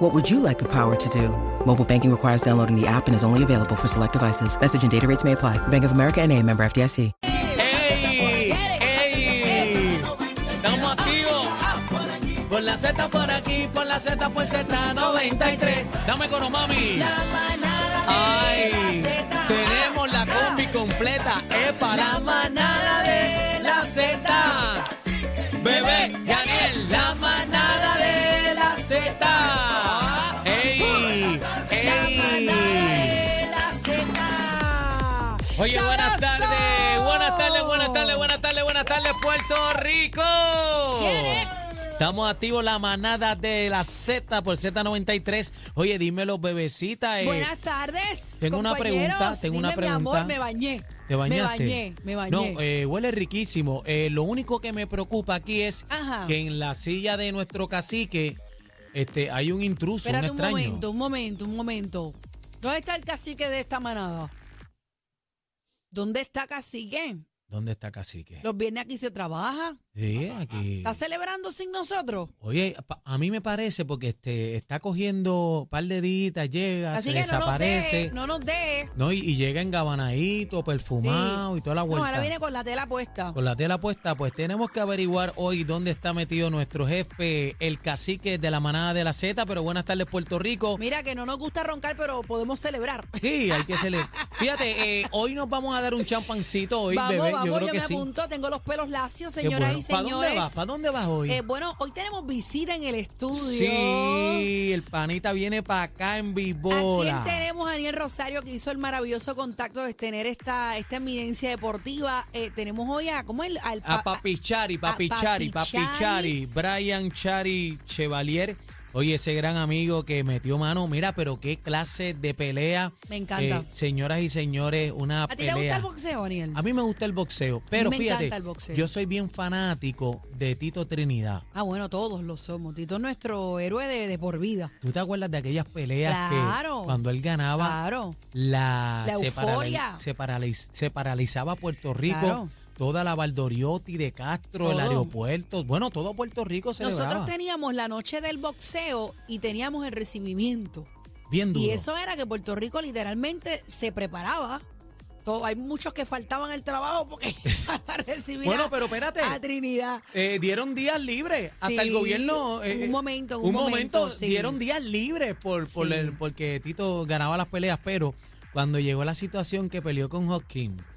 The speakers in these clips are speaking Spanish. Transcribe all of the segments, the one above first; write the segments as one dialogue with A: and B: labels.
A: What would you like the power to do? Mobile banking requires downloading the app and is only available for select devices. Message and data rates may apply. Bank of America and a member FDIC.
B: ¡Ey! ¡Ey! Estamos activos. Por la Z por aquí, por la Z por Z93. Dame con mami.
C: La manada
B: ¡Ay! Tenemos la combi completa. Es para la manada de la Z. Bebé, Daniel, la manada de la Z. ¡Ey! ¡Ey!
C: de la Z.
B: Oye, buenas
C: ¡Sabroso!
B: tardes, buenas tardes, buenas tardes, buenas tardes, buenas tardes, Puerto Rico. Estamos activos la manada de la Z por Z93. Oye, dímelo, bebecita. eh,
C: Buenas tardes.
B: tengo una
C: compañeros.
B: pregunta, tengo
C: Dime,
B: una
C: Mi
B: pregunta.
C: amor, me bañé.
B: ¿Te bañaste?
C: Me bañé, me bañé.
B: No, eh, huele riquísimo. Eh, lo único que me preocupa aquí es
C: Ajá.
B: que en la silla de nuestro cacique este, hay un intruso,
C: Espérate
B: un
C: un
B: extraño.
C: momento, un momento, un momento. ¿Dónde está el cacique de esta manada? ¿Dónde está cacique?
B: ¿Dónde está cacique?
C: Los viernes aquí se trabaja.
B: Sí, aquí.
C: ¿Está celebrando sin nosotros?
B: Oye, pa- a mí me parece porque este está cogiendo par de ditas, llega,
C: Así
B: se
C: que no nos deje,
B: desaparece, no,
C: no nos deje.
B: y, y llega engabanadito, perfumado
C: Sí.
B: y toda la
C: No,
B: vuelta.
C: ahora viene con la tela puesta.
B: Con la tela puesta, pues tenemos que averiguar hoy dónde está metido nuestro jefe, el cacique de la manada de la Z, pero buenas tardes Puerto Rico.
C: Mira que no nos gusta roncar, pero podemos celebrar.
B: Sí, hay que se le... Fíjate, eh, hoy nos vamos a dar un champancito hoy,
C: vamos,
B: bebé,
C: vamos,
B: yo
C: yo,
B: creo que
C: me
B: sí.
C: apunto, tengo los pelos lacios,
B: Qué
C: señoras
B: bueno.
C: y
B: ¿Para dónde vas?
C: señores.
B: ¿Para dónde vas hoy?
C: Eh, bueno, hoy tenemos visita en el estudio.
B: sí, el panita viene para acá en
C: Aquí
B: Vibola.
C: tenemos a Daniel Rosario que hizo el maravilloso contacto de tener esta, esta eminencia deportiva. Eh, tenemos hoy a, ¿cómo es? Al
B: A
C: pa-
B: Papi Chari, Papi
C: a
B: Chari, Papi
C: Chari.
B: Chari, Brian Chari Chevalier. Oye, ese gran amigo que metió mano, mira, pero qué clase de pelea. Eh,
C: Me encanta.
B: señoras y señores, una
C: ¿A ti te gusta
B: pelea.
C: el boxeo, Daniel?
B: a mí me gusta el boxeo, pero
C: me
B: fíjate,
C: encanta el boxeo.
B: yo soy bien fanático de Tito Trinidad.
C: Ah, bueno, todos lo somos. Tito es nuestro héroe de, de por vida.
B: ¿Tú te acuerdas de aquellas peleas
C: Claro.
B: que cuando él ganaba
C: Claro.
B: la,
C: La
B: se, paral-
C: euforia.
B: se paraliz- se paralizaba Puerto Rico,
C: Claro.
B: toda la Valdoriotti de Castro, el
C: Todo.
B: aeropuerto, bueno, todo Puerto Rico celebraba.
C: Nosotros teníamos la noche del boxeo y teníamos el recibimiento.
B: Bien duro.
C: Y eso era que Puerto Rico literalmente se preparaba. Todo, hay muchos que faltaban al trabajo porque iban a recibir
B: Bueno,
C: a-
B: pero espérate.
C: a Trinidad.
B: Eh, dieron días libres hasta
C: Sí,
B: el gobierno eh,
C: un momento, un momento, sí.
B: dieron días libres por, por
C: Sí.
B: el- porque Tito ganaba las peleas pero cuando llegó la situación que peleó con Hopkins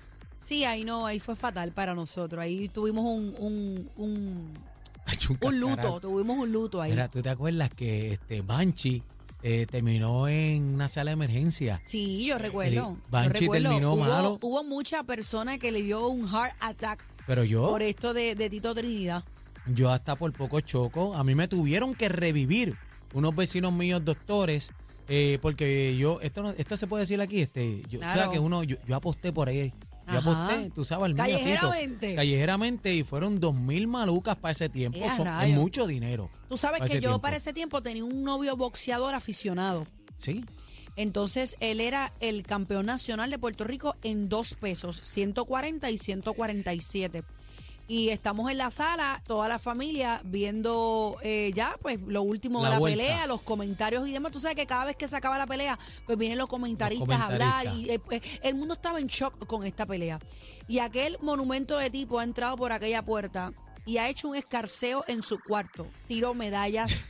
C: Sí, ahí no, ahí fue fatal para nosotros. Ahí tuvimos un, un, un,
B: achú,
C: un luto,
B: carajo.
C: tuvimos un luto ahí.
B: Mira, tú te acuerdas que este Banshee eh, terminó en una sala de emergencia
C: Sí, yo recuerdo. yo
B: Banshee
C: recuerdo.
B: terminó
C: hubo,
B: malo.
C: Hubo mucha persona que le dio un heart attack
B: pero yo
C: por esto de, de Tito Trinidad.
B: Yo hasta por poco choco. A mí me tuvieron que revivir unos vecinos míos doctores. eh, porque yo, esto no- esto se puede decir aquí, este, yo, o sea,
C: Claro.
B: que uno, yo, yo aposté por él. Yo
C: Ajá.
B: aposté, tú sabes, al mío, Tito.
C: Callejeramente.
B: Callejeramente, y fueron dos mil malucas para ese tiempo.
C: Ea,
B: Son- es
C: rayos.
B: mucho dinero.
C: Tú sabes
B: para
C: que yo
B: ese tiempo.
C: para ese tiempo tenía un novio boxeador aficionado.
B: Sí.
C: Entonces él era el campeón nacional de Puerto Rico en dos pesos, 140 y 147. Y estamos en la sala, toda la familia, viendo eh, ya pues lo último
B: La
C: de la
B: vuelta.
C: pelea, los comentarios y demás. Tú sabes que cada vez que se acaba la pelea, pues vienen los comentaristas, a hablar.
B: comentaristas.
C: Y eh, pues, el mundo estaba en shock con esta pelea. Y aquel monumento de tipo ha entrado por aquella puerta y ha hecho un escarceo en su cuarto. Tiró medallas,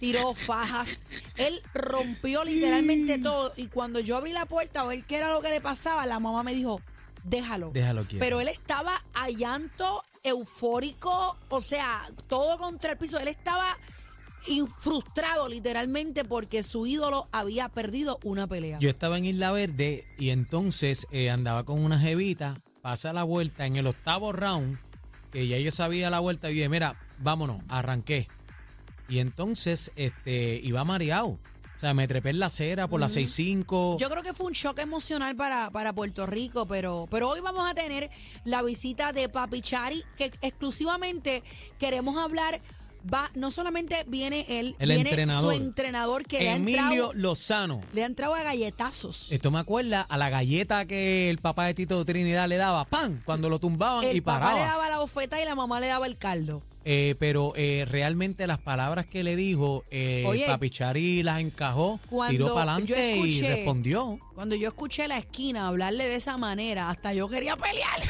C: tiró fajas. Él rompió literalmente todo. Y cuando yo abrí la puerta a ver qué era lo que le pasaba, la mamá me dijo, déjalo.
B: Déjalo quieto.
C: Pero él estaba a llanto, eufórico, o sea, todo contra el piso. Él estaba in- frustrado literalmente porque su ídolo había perdido una pelea.
B: Yo estaba en Isla Verde y entonces eh, andaba con una jevita, pasa la vuelta en el octavo round, que ya yo sabía la vuelta, y dije, mira, vámonos, arranqué. Y entonces este, iba mareado. O sea, me trepé en la acera por la 65.
C: Yo creo que fue un shock emocional para, para Puerto Rico, pero, pero hoy vamos a tener la visita de Papi Chari, que exclusivamente queremos hablar. Va, no solamente viene él,
B: El
C: viene
B: entrenador.
C: su entrenador que le ha
B: Emilio
C: entrado,
B: Lozano.
C: le ha entrado a galletazos.
B: Esto me acuerda a la galleta que el papá de Tito Trinidad le daba, ¡pam! Cuando lo tumbaban y
C: El papá
B: paraba.
C: le daba la bofeta y la mamá le daba el caldo.
B: Eh, pero eh, realmente las palabras que le dijo eh,
C: Oye,
B: Papichari las encajó,
C: cuando
B: tiró para
C: yo
B: adelante y
C: escuché-
B: respondió.
C: Cuando yo escuché la esquina hablarle de esa manera, hasta yo quería pelear.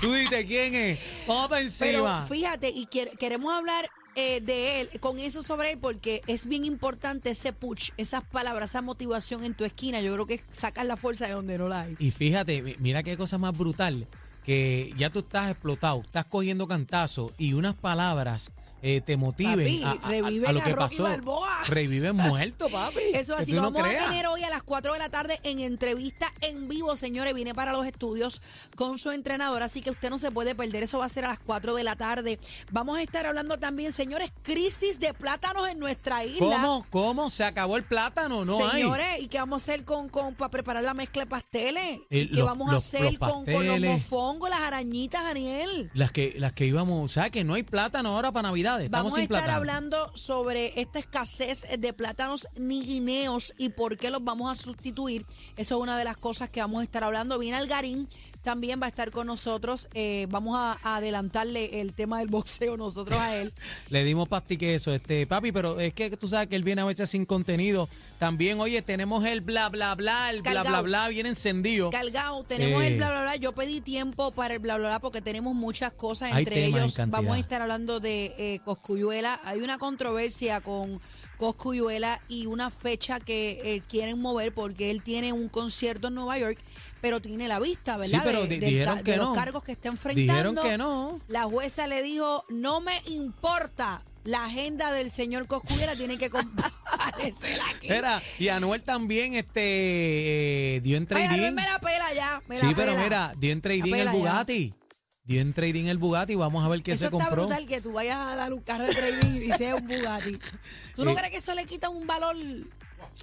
B: Tú dices quién es. Vamos para
C: Pero
B: encima.
C: fíjate, y quier- queremos hablar eh, de él, con eso sobre él, porque es bien importante ese push, esas palabras, esa motivación en tu esquina. Yo creo que sacas la fuerza de donde no la hay.
B: Y fíjate, mi- mira qué cosa más brutal. Que ya tú estás explotado, estás cogiendo cantazo y unas palabras eh, te motiven
C: Papi,
B: a- a, a-
C: reviven
B: a lo
C: a
B: que
C: Rocky
B: pasó.
C: Balboa.
B: Reviven muerto, papi.
C: Eso
B: Que
C: así,
B: tú no
C: vamos
B: creas.
C: a tener hoy a las 4 de la tarde en entrevista en vivo, señores. Viene para los estudios con su entrenador, así que usted no se puede perder. Eso va a ser a las 4 de la tarde. Vamos a estar hablando también, señores, crisis de plátanos en nuestra isla.
B: ¿Cómo? ¿Cómo? Se acabó el plátano, no hay.
C: Señores, ¿y qué vamos a hacer con, con para preparar la mezcla de pasteles?
B: Eh,
C: ¿Qué
B: los-
C: vamos a
B: los-
C: hacer
B: los
C: con, con los
B: pasteles.
C: mofongos, las arañitas, Daniel?
B: Las que, las que íbamos, o sea, que no hay plátano ahora para Navidades. Estamos
C: Vamos a
B: sin
C: estar
B: plátano.
C: hablando sobre esta escasez de plátanos ni guineos y por qué los vamos a sustituir. Eso es una de las cosas que vamos a estar hablando. Viene Algarín, también va a estar con nosotros. Eh, vamos a, a adelantarle el tema del boxeo nosotros a él.
B: Le dimos pastique eso, este, papi, pero es que tú sabes que él viene a veces sin contenido. También, oye, tenemos el bla, bla, bla, el bla, bla,
C: Cargado.
B: bla, bien encendido.
C: Cargado, tenemos
B: Eh.
C: el bla bla bla. Yo pedí tiempo para el bla bla bla porque tenemos muchas cosas
B: Hay
C: entre
B: temas en
C: ellos.
B: cantidad.
C: Vamos a estar hablando de eh, Coscuyuela. Hay una controversia con Coscuyuela y una fecha que eh, quieren mover porque él tiene un concierto en Nueva York, pero tiene la vista, ¿verdad?
B: Sí, pero
C: de,
B: di-
C: del
B: dijeron
C: ca-
B: que
C: de
B: no.
C: los cargos que está enfrentando.
B: Dijeron que no.
C: La jueza le dijo, no me importa. La agenda del señor Coscuyuela tiene que comparecer aquí.
B: Era, y Anuel también este, eh, dio en
C: Ay,
B: trading.
C: Anuel, me la pela ya. me la
B: Sí, pero
C: pela.
B: mira, dio en trading
C: Apela
B: el
C: ya.
B: Bugatti. Dio en trading el Bugatti, vamos a ver qué
C: eso
B: se compró.
C: está brutal que tú vayas a dar un carro de trading y sea un Bugatti. ¿Tú no
B: Eh,
C: crees que eso le quita un valor?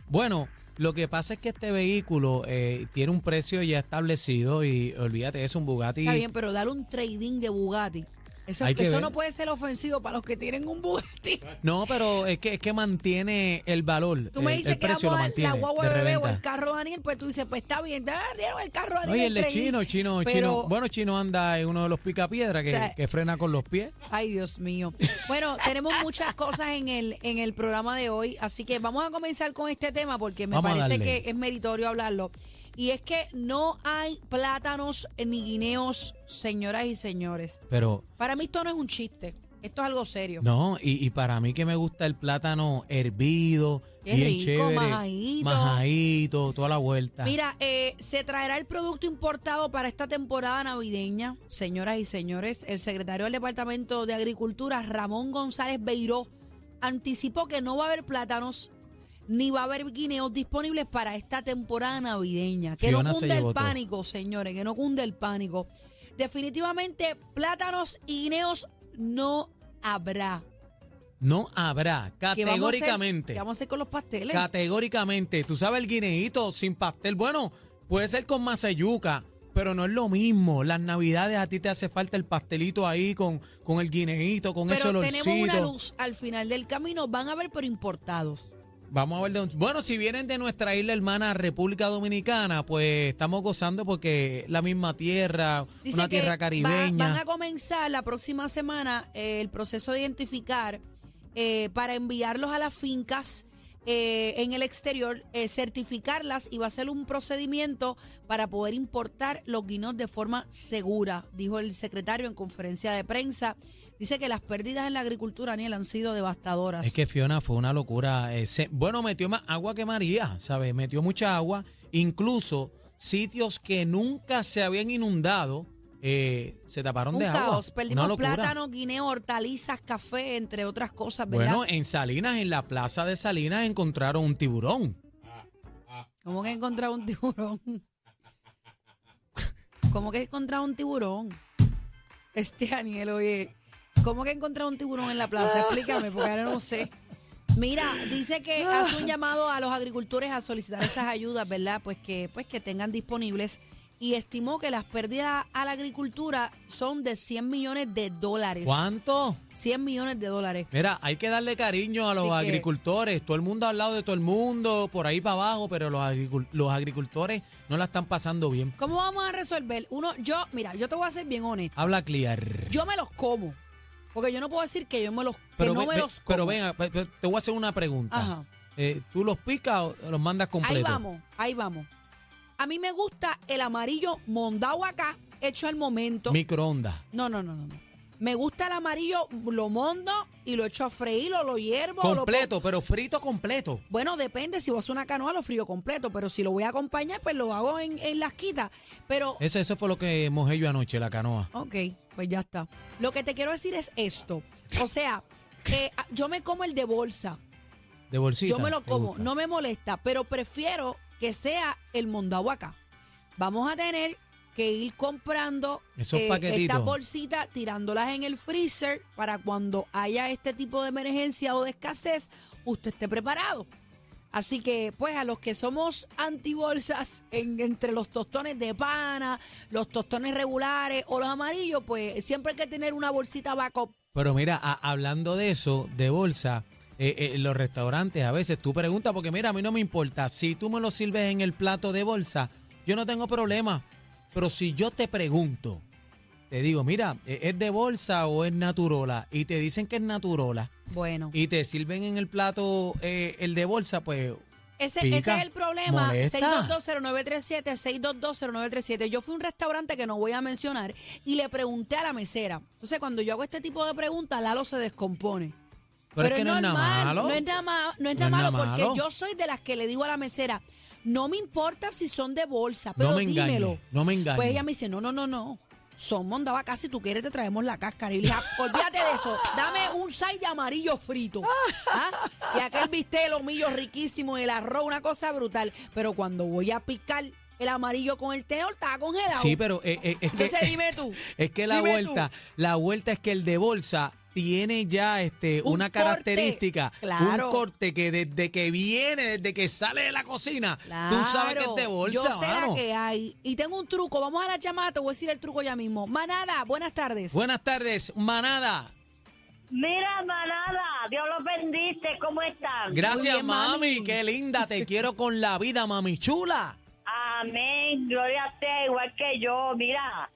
B: Bueno, lo que pasa es que este vehículo eh, tiene un precio ya establecido y olvídate, es un Bugatti.
C: Está bien, pero dar un trading de Bugatti. Eso,
B: Hay que
C: eso
B: ver.
C: no puede ser ofensivo para los que tienen un Bugatti.
B: No, pero es que, es que mantiene el valor.
C: Tú me
B: el-
C: dices
B: el
C: que
B: precio
C: vamos
B: lo
C: a dar
B: mantiene,
C: la guagua
B: de
C: de bebé o
B: reventa.
C: el carro de Daniel, pues tú dices, pues está bien, da, dieron el carro de Daniel.
B: Oye, el de
C: trading.
B: chino, chino,
C: Pero-
B: chino. Bueno, chino anda en uno de los picapiedra que,
C: O sea,
B: que frena con los pies.
C: Ay, Dios mío. Bueno, tenemos muchas cosas en el, en el programa de hoy, así que vamos a comenzar con este tema porque me
B: Vamos a
C: parece
B: darle.
C: que es meritorio hablarlo. Y es que no hay plátanos ni guineos, señoras y señores.
B: Pero
C: Para mí esto no es un chiste, esto es algo serio.
B: no, y, y para mí que me gusta el plátano hervido,
C: Qué
B: bien
C: rico,
B: chévere,
C: majadito.
B: majadito, toda la vuelta.
C: Mira, eh, se traerá el producto importado para esta temporada navideña, señoras y señores. El secretario del Departamento de Agricultura, Ramón González Beiró, anticipó que no va a haber plátanos ni va a haber guineos disponibles para esta temporada navideña. Que
B: Fiona
C: no
B: se
C: cunda
B: llevó
C: el
B: todo.
C: pánico, señores, que no cunda el pánico. Definitivamente, plátanos y guineos no habrá.
B: no habrá,
C: ¿Qué vamos a hacer?
B: categóricamente.
C: ¿Qué vamos a hacer con los pasteles?
B: Categóricamente, tú sabes el guineíto sin pastel, bueno, puede ser con maceyuca, pero no es lo mismo. Las navidades a ti te hace falta el pastelito ahí con, con el guineíto, con ese
C: Pero
B: olorcito.
C: tenemos una luz al final del camino. Van a haber, pero importados.
B: Vamos a ver de dónde- Bueno, si vienen de nuestra isla hermana República Dominicana, pues estamos gozando porque es la misma tierra,
C: Dice
B: una
C: que
B: tierra
C: va-
B: caribeña.
C: van a comenzar la próxima semana eh, el proceso de identificar eh, para enviarlos a las fincas eh, en el exterior, eh, certificarlas y va a ser un procedimiento para poder importar los guinos de forma segura, dijo el secretario en conferencia de prensa. Dice que las pérdidas en la agricultura, Daniel, han sido devastadoras.
B: Es que Fiona fue una locura. eh, se- bueno, metió más agua que María, ¿sabes? Metió mucha agua. Incluso sitios que nunca se habían inundado eh, se taparon
C: un
B: de agua.
C: caos,
B: una
C: perdimos
B: locura.
C: plátanos, guineo, hortalizas, café, entre otras cosas, ¿verdad?
B: Bueno, en Salinas, en la plaza de Salinas, encontraron un tiburón.
C: ¿Cómo que encontrar un tiburón? ¿Cómo que encontrar un tiburón? Este Daniel, oye, ¿cómo que encontrar un tiburón en la plaza? Explícame, porque ahora no sé. Mira, dice que hace un llamado a los agricultores a solicitar esas ayudas, ¿verdad? Pues que, pues que tengan disponibles y estimó que las pérdidas a la agricultura son de 100 millones de dólares.
B: ¿Cuánto?
C: 100 millones de dólares.
B: Mira, hay que darle cariño a
C: Así
B: los
C: que-
B: agricultores. Todo el mundo ha hablado de todo el mundo, por ahí para abajo, pero los, agricul- los agricultores no la están pasando bien.
C: ¿Cómo vamos a resolver? Uno, yo, mira, yo te voy a ser bien honesta.
B: Habla clear.
C: Yo me los como. Porque yo no puedo decir que yo me los, que no
B: ve-
C: me
B: ve-
C: los como.
B: pero venga, pe- pe- te voy a hacer una pregunta.
C: Ajá.
B: Eh, ¿Tú los picas o los mandas completos?
C: Ahí vamos, ahí vamos. A mí me gusta el amarillo mondado acá, hecho al momento.
B: Microondas.
C: No, no, no, no. no. Me gusta el amarillo, lo mondo y lo echo a freír o lo hiervo. o lo
B: Completo, pero frito completo.
C: pongo- bueno, depende. Si voy a hacer una canoa, lo frío completo. Pero si lo voy a acompañar, pues lo hago en, en las quitas. Pero,
B: Eso, eso fue lo que mojé yo anoche, la canoa.
C: ok, pues ya está. Lo que te quiero decir es esto. O sea, eh, yo me como el de bolsa.
B: De bolsita.
C: Yo me lo
B: ¿te
C: como,
B: gusta?
C: no me molesta, pero prefiero que sea el mondao acá. Vamos a tener que ir comprando
B: Esos paquetitos.
C: estas bolsitas, tirándolas en el freezer para cuando haya este tipo de emergencia o de escasez, usted esté preparado. Así que, pues, a los que somos antibolsas en, entre los tostones de pana, los tostones regulares o los amarillos, pues siempre hay que tener una bolsita backup.
B: Pero mira, a- hablando de eso, de bolsa, eh, eh, los restaurantes a veces tú preguntas, porque mira, a mí no me importa, si tú me lo sirves en el plato de bolsa, yo no tengo problema. Pero si yo te pregunto, te digo, mira, eh, ¿es de bolsa o es naturola? Y te dicen que es naturola.
C: Bueno.
B: Y te sirven en el plato eh, el de bolsa, pues
C: Ese,
B: Pica,
C: ese es el problema.
B: molesta.
C: 6220937, 6220937. Yo fui a un restaurante que no voy a mencionar y le pregunté a la mesera. Entonces, cuando yo hago este tipo de preguntas, Lalo se descompone.
B: Pero, es que no es nada
C: normal,
B: malo.
C: No es nada, ma- no es nada
B: No es
C: malo,
B: nada
C: porque
B: malo.
C: yo soy de las que le digo a la mesera, no me importa si son de bolsa, pero
B: No me engañes,
C: dímelo.
B: no me engañes.
C: Pues ella me dice, no, no, no, no. Son mondaba casi, tú quieres, te traemos la cáscara. Y le dije, "Ah, olvídate de eso, dame un side de amarillo frito. ¿ah? Y aquel viste el homillo riquísimo, el arroz, una cosa brutal. Pero cuando voy a picar el amarillo con el teor, está congelado.
B: Sí, pero eh, eh, es que...
C: Entonces dime tú.
B: Es que la
C: dime
B: vuelta,
C: tú.
B: la vuelta es que el de bolsa tiene ya este
C: Un
B: una
C: corte,
B: característica,
C: claro.
B: un corte que desde que viene, desde que sale de la cocina, tú sabes que es de
C: Claro,
B: bolsa,
C: Yo sé la
B: mano.
C: que hay. Y tengo un truco. Vamos a la llamada. Te voy a decir el truco ya mismo. Manada, buenas tardes.
B: Buenas tardes, manada.
D: Mira, manada, Dios los bendice, ¿cómo están?
B: Gracias,
C: bien,
B: mami.
C: mami.
B: Qué linda, te quiero con la vida, mami chula.
D: Amén, gloria a ti, igual que yo. Mira,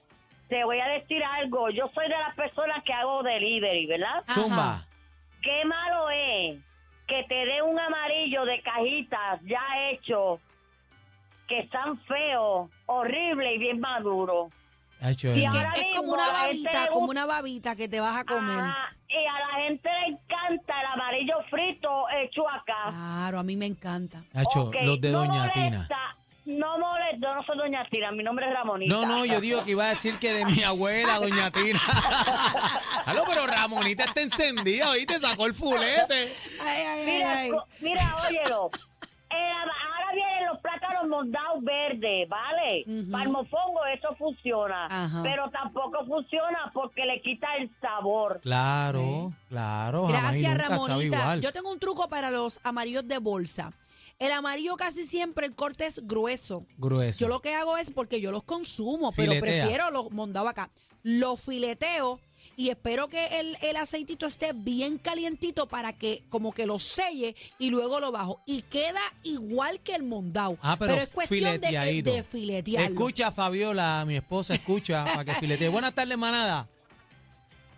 D: te voy a decir algo, yo soy de las personas que hago delivery, ¿verdad?
B: Ah.
C: Ajá.
B: Zumba.
D: Qué malo es que te dé un amarillo de cajitas ya hecho, que están feos, horrible y bien maduro.
B: Ay, chulo.
C: Sí, es,
D: ahora
C: que es como
D: mismo
C: una
D: este la gente
C: babita,
D: le
C: como
D: gusta-
C: una babita que te vas a comer.
D: Ajá, Ah, y a la gente le encanta el amarillo frito hecho acá.
C: Ah. Claro, a mí me encanta.
B: Ay, chulo,
D: Ok,
B: los de
D: no
B: Doña Tina.
D: molesta, No molesta, no soy Doña Tina, mi nombre es Ramonita.
B: No, no, yo digo que iba a decir que de mi abuela, Doña Tina. Aló, pero Ramonita está encendida, oíste, sacó el fulete.
C: Ay, ay, ay,
D: Mira,
C: ay.
D: co- mira, óyelo. Eh, ahora vienen los plátanos mondados verdes, ¿vale?
C: Ujú.
D: Para el mofongo eso funciona,
C: Ajá.
D: pero tampoco funciona porque le quita el sabor.
B: Claro, claro. jamás y
C: Gracias,
B: nunca sabe
C: Ramonita.
B: igual.
C: Yo tengo un truco para los amarillos de bolsa. El amarillo casi siempre el corte es grueso.
B: Grueso.
C: Yo lo que hago es porque yo los consumo, pero
B: Filetea.
C: prefiero los mondados acá. Los fileteo y espero que el, el aceitito esté bien calientito para que como que lo selle y luego lo bajo. Y queda igual que el mondao.
B: Ah, pero,
C: es cuestión de, que-
B: fileteadito.
C: de filetearlo.
B: Escucha, Fabiola, mi esposa, escucha para que filetee. Buenas tardes, manada.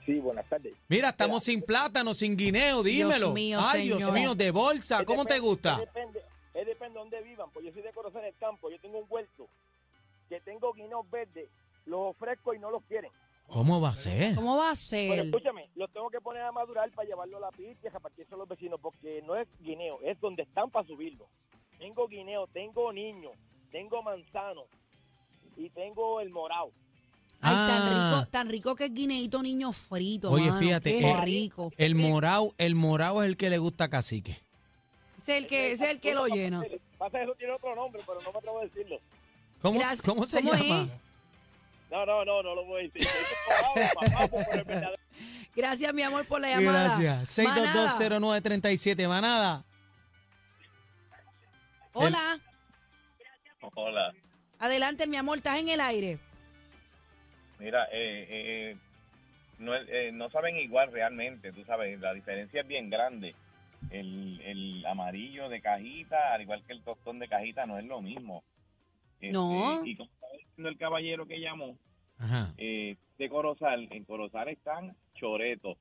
E: Sí, buenas tardes.
B: Mira, estamos sin plátano, sin guineo, dímelo.
C: mío,
B: Ay, Dios
C: señor.
B: mío, de bolsa.
C: Ah,
E: Es
B: ¿Cómo te
E: depende-
B: gusta?
E: Es depende, es depende de dónde vivan, pues yo soy de corazón en el campo, yo tengo un huerto, que tengo guineos verdes, los ofrezco y no los quieren.
B: ¿Cómo va a ser?
C: ¿Cómo va a
E: Pero
C: ser?
E: escúchame, los tengo que poner a madurar para llevarlo a la pizza y repartirse a los vecinos, porque no es guineo, es donde están para subirlo. Tengo guineo, tengo niño, tengo manzano y tengo el morado.
C: Ay, tan
B: Ah.
C: rico, tan rico que es guineíto niño frito.
B: Oye,
C: mano.
B: fíjate,
C: Qué
B: eh,
C: rico.
B: El morao, el morao es el que le gusta a Cacique.
C: Ese es el que, ese es el que lo llena.
E: Pasa eso tiene otro nombre, pero no me atrevo a decirlo.
B: ¿Cómo,
C: Gracias.
B: ¿cómo se
C: ¿Cómo
B: llama?
E: No, no, no, no lo voy a decir. Eso es morado, papapo, pero el verdadero
C: Gracias, mi amor, por la llamada.
B: Gracias.
C: Manada.
B: 6220937, manada.
C: Hola.
F: Hola.
C: Adelante, mi amor, estás en el aire.
F: Mira, eh, eh, no, eh, no saben igual realmente, tú sabes, la diferencia es bien grande. El, el amarillo de cajita, al igual que el tostón de cajita, no es lo mismo. Este,
C: No.
F: Y como estaba diciendo el caballero que llamó,
B: Ajá.
F: eh, de Corozal, en Corozal están choretos.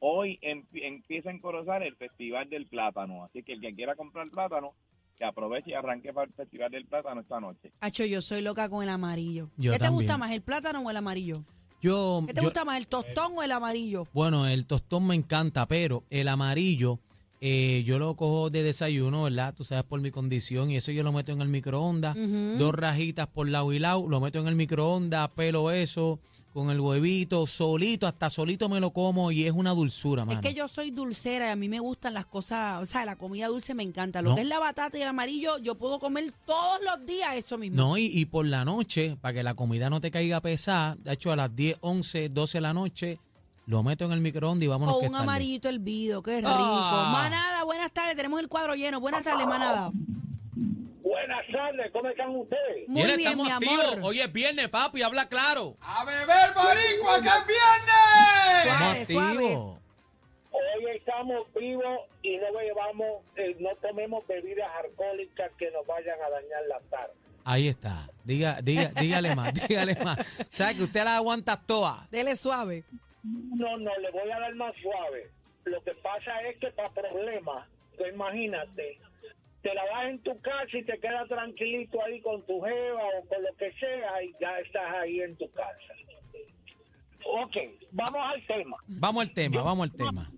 F: Hoy empi- empieza en Corozal el Festival del Plátano, así que el que quiera comprar plátano, que aproveche y arranque para el Festival del Plátano esta noche.
C: Hacho, yo soy loca con el amarillo.
B: Yo
C: ¿Qué te
B: también.
C: gusta más, el plátano o el amarillo?
B: Yo,
C: ¿Qué te
B: yo-
C: gusta más, el tostón o el amarillo?
B: Bueno, el tostón me encanta, pero el amarillo eh, yo lo cojo de desayuno, ¿verdad? Tú sabes por mi condición y eso yo lo meto en el microondas. Dos rajitas por lado y lado, lo meto en el microondas, pelo eso, con el huevito, solito, hasta solito me lo como y es una dulzura, mano.
C: Es que yo soy dulcera y a mí me gustan las cosas, o sea, la comida dulce me encanta. Lo
B: No.
C: que es la batata y el amarillo, yo puedo comer todos los días eso mismo.
B: No, y, y por la noche, para que la comida no te caiga pesada, de hecho a las 10, 11, 12 de la noche, lo meto en el microondas y vámonos
C: o
B: que es
C: un
B: tarde.
C: amarillito hervido, qué rico.
B: Ah.
C: Manada, buenas tardes, tenemos el cuadro lleno. Buenas tardes, manada.
E: Buenas tardes, ¿cómo están ustedes?
C: Muy
B: Mira,
C: bien,
B: estamos
C: mi
B: activos.
C: amor.
B: Hoy es viernes, papi, habla claro.
G: ¡A beber, boricua, que es viernes!
C: Suave,
B: Estamos
C: suave.
B: activos.
E: Hoy estamos vivos y no llevamos, eh, no tomemos bebidas alcohólicas que nos vayan a dañar la tarde.
B: Ahí está. Diga, diga, dígale más, dígale más. O sea, que usted la aguanta toda.
C: Dele suave.
E: No, no, le voy a dar más suave. Lo que pasa es que para problemas, tú imagínate, te la das en tu casa y te quedas tranquilito ahí con tu jeva o con lo que sea y ya estás ahí en tu casa. Ok, vamos al tema.
B: Vamos al tema, vamos al tema.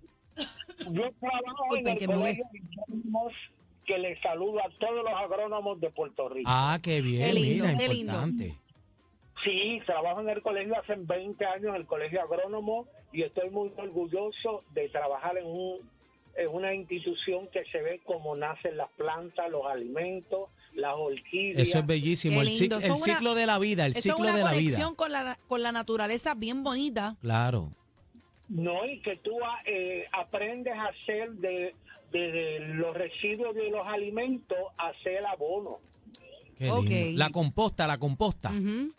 E: Yo trabajo en
C: Disculpen,
E: el
C: que me voy.
E: colegio de agrónomos, que le saludo a todos los agrónomos de Puerto Rico.
B: Ah, qué bien,
C: Qué lindo,
B: mira,
C: qué lindo.
B: importante.
E: Sí, trabajo en el colegio hace 20 años, en el colegio agrónomo, y estoy muy orgulloso de trabajar en, un, en una institución que se ve cómo nacen las plantas, los alimentos, las orquídeas.
B: Eso es bellísimo.
C: Qué
B: El, cic-
C: lindo. Son
B: el
C: una-
B: ciclo de la vida, el
C: Eso
B: ciclo
C: es una
B: de la
C: conexión
B: vida.
C: Con, la, con la naturaleza bien bonita.
B: Claro.
E: No, y que tú ah, eh, aprendes a hacer de, de- de los residuos de los alimentos, hacer abono.
B: Qué
C: Ok.
B: lindo. La composta, la composta.
C: Ujú.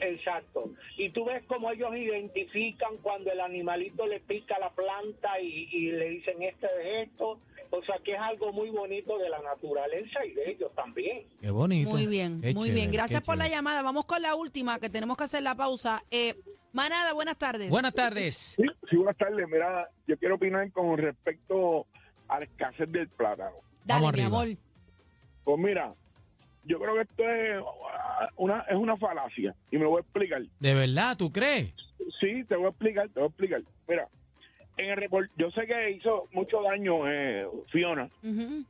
E: Exacto. Y tú ves cómo ellos identifican cuando el animalito le pica la planta y, y le dicen este es esto. O sea que es algo muy bonito de la naturaleza y de ellos también.
B: Qué bonito.
C: Muy bien,
B: Qué
C: muy
B: chévere,
C: bien. Gracias
B: qué
C: por la
B: chévere.
C: llamada. Vamos con la última, que tenemos que hacer la pausa. Eh, manada, buenas tardes.
B: Buenas tardes.
H: Sí, sí, buenas tardes. Mira, yo quiero opinar con respecto al escasez del plátano.
C: Dale,
B: Vamos
C: mi
B: arriba.
C: amor.
H: Pues mira, yo creo que esto es ah, una, es una falacia y me lo voy a explicar.
B: ¿De verdad tú crees?
H: Sí, te voy a explicar, te voy a explicar. Mira, en el report, yo sé que hizo mucho daño eh, Fiona.
C: Ujú.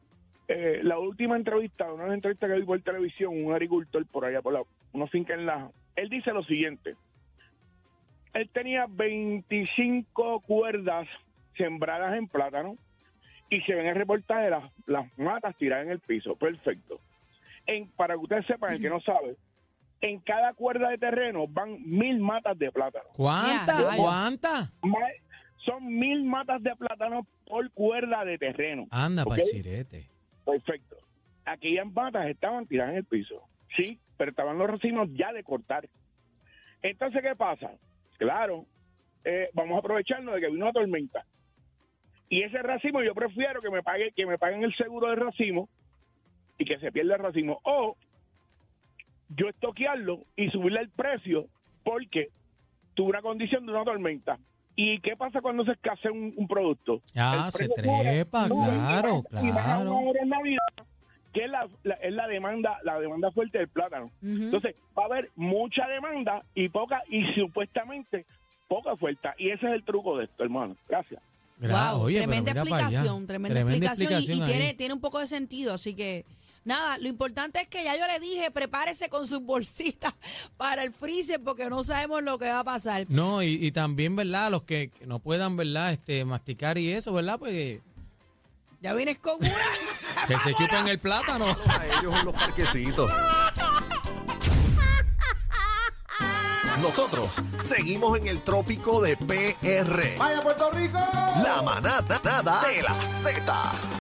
H: Eh, la última entrevista, una entrevista que vi por televisión, un agricultor por allá, por la, una finca en la... Él dice lo siguiente. Él tenía 25 cuerdas sembradas en plátano y se ven en el reportaje las, las matas tiradas en el piso. Perfecto. En, para que ustedes sepan, el que no sabe, en cada cuerda de terreno van mil matas de plátano.
B: ¿Cuánta?
C: Ya, ya.
B: ¿Cuánta?
H: Ma- Son mil matas de plátano por cuerda de terreno.
B: Anda,
H: Ok.
B: para el cirete.
H: Perfecto. Aquellas matas estaban tiradas en el piso. Sí, pero estaban los racimos ya de cortar. Entonces, ¿qué pasa? Claro, eh, vamos a aprovecharnos de que vino una tormenta. Y ese racimo yo prefiero que me pague, que me paguen el seguro del racimo y que se pierda el racimo. O yo estoquearlo y subirle el precio porque tuve una condición de una tormenta. ¿Y qué pasa cuando se escasea un, un producto?
B: Ah,
H: El
B: se
H: precio sube,
B: trepa,
H: sube,
B: claro,
H: y más
B: claro.
H: ahora en Navidad, que es la, la- es la demanda, la demanda fuerte del plátano.
C: Ujú.
H: Entonces, va a haber mucha demanda y poca, y supuestamente poca oferta. Y ese es el truco de esto, hermano. Gracias.
B: Gra-
C: Wow,
B: oye, pero
C: tremenda
B: mira para allá.
C: explicación, tremenda, explicación. y- Y,
B: explicación ahí.
C: tiene, tiene un poco de sentido, así que nada, lo importante es que ya yo le dije, prepárese con sus bolsitas para el freezer porque no sabemos lo que va a pasar.
B: No, y, y también, ¿verdad? Los que que no puedan, ¿verdad? Este, masticar y eso, ¿verdad? Pues
C: Ya vienes con una.
B: que se chupen el plátano.
I: a ellos en los parquecitos. Nosotros seguimos en el trópico de PR.
G: ¡Vaya Puerto Rico!
I: La manada nada de la Z.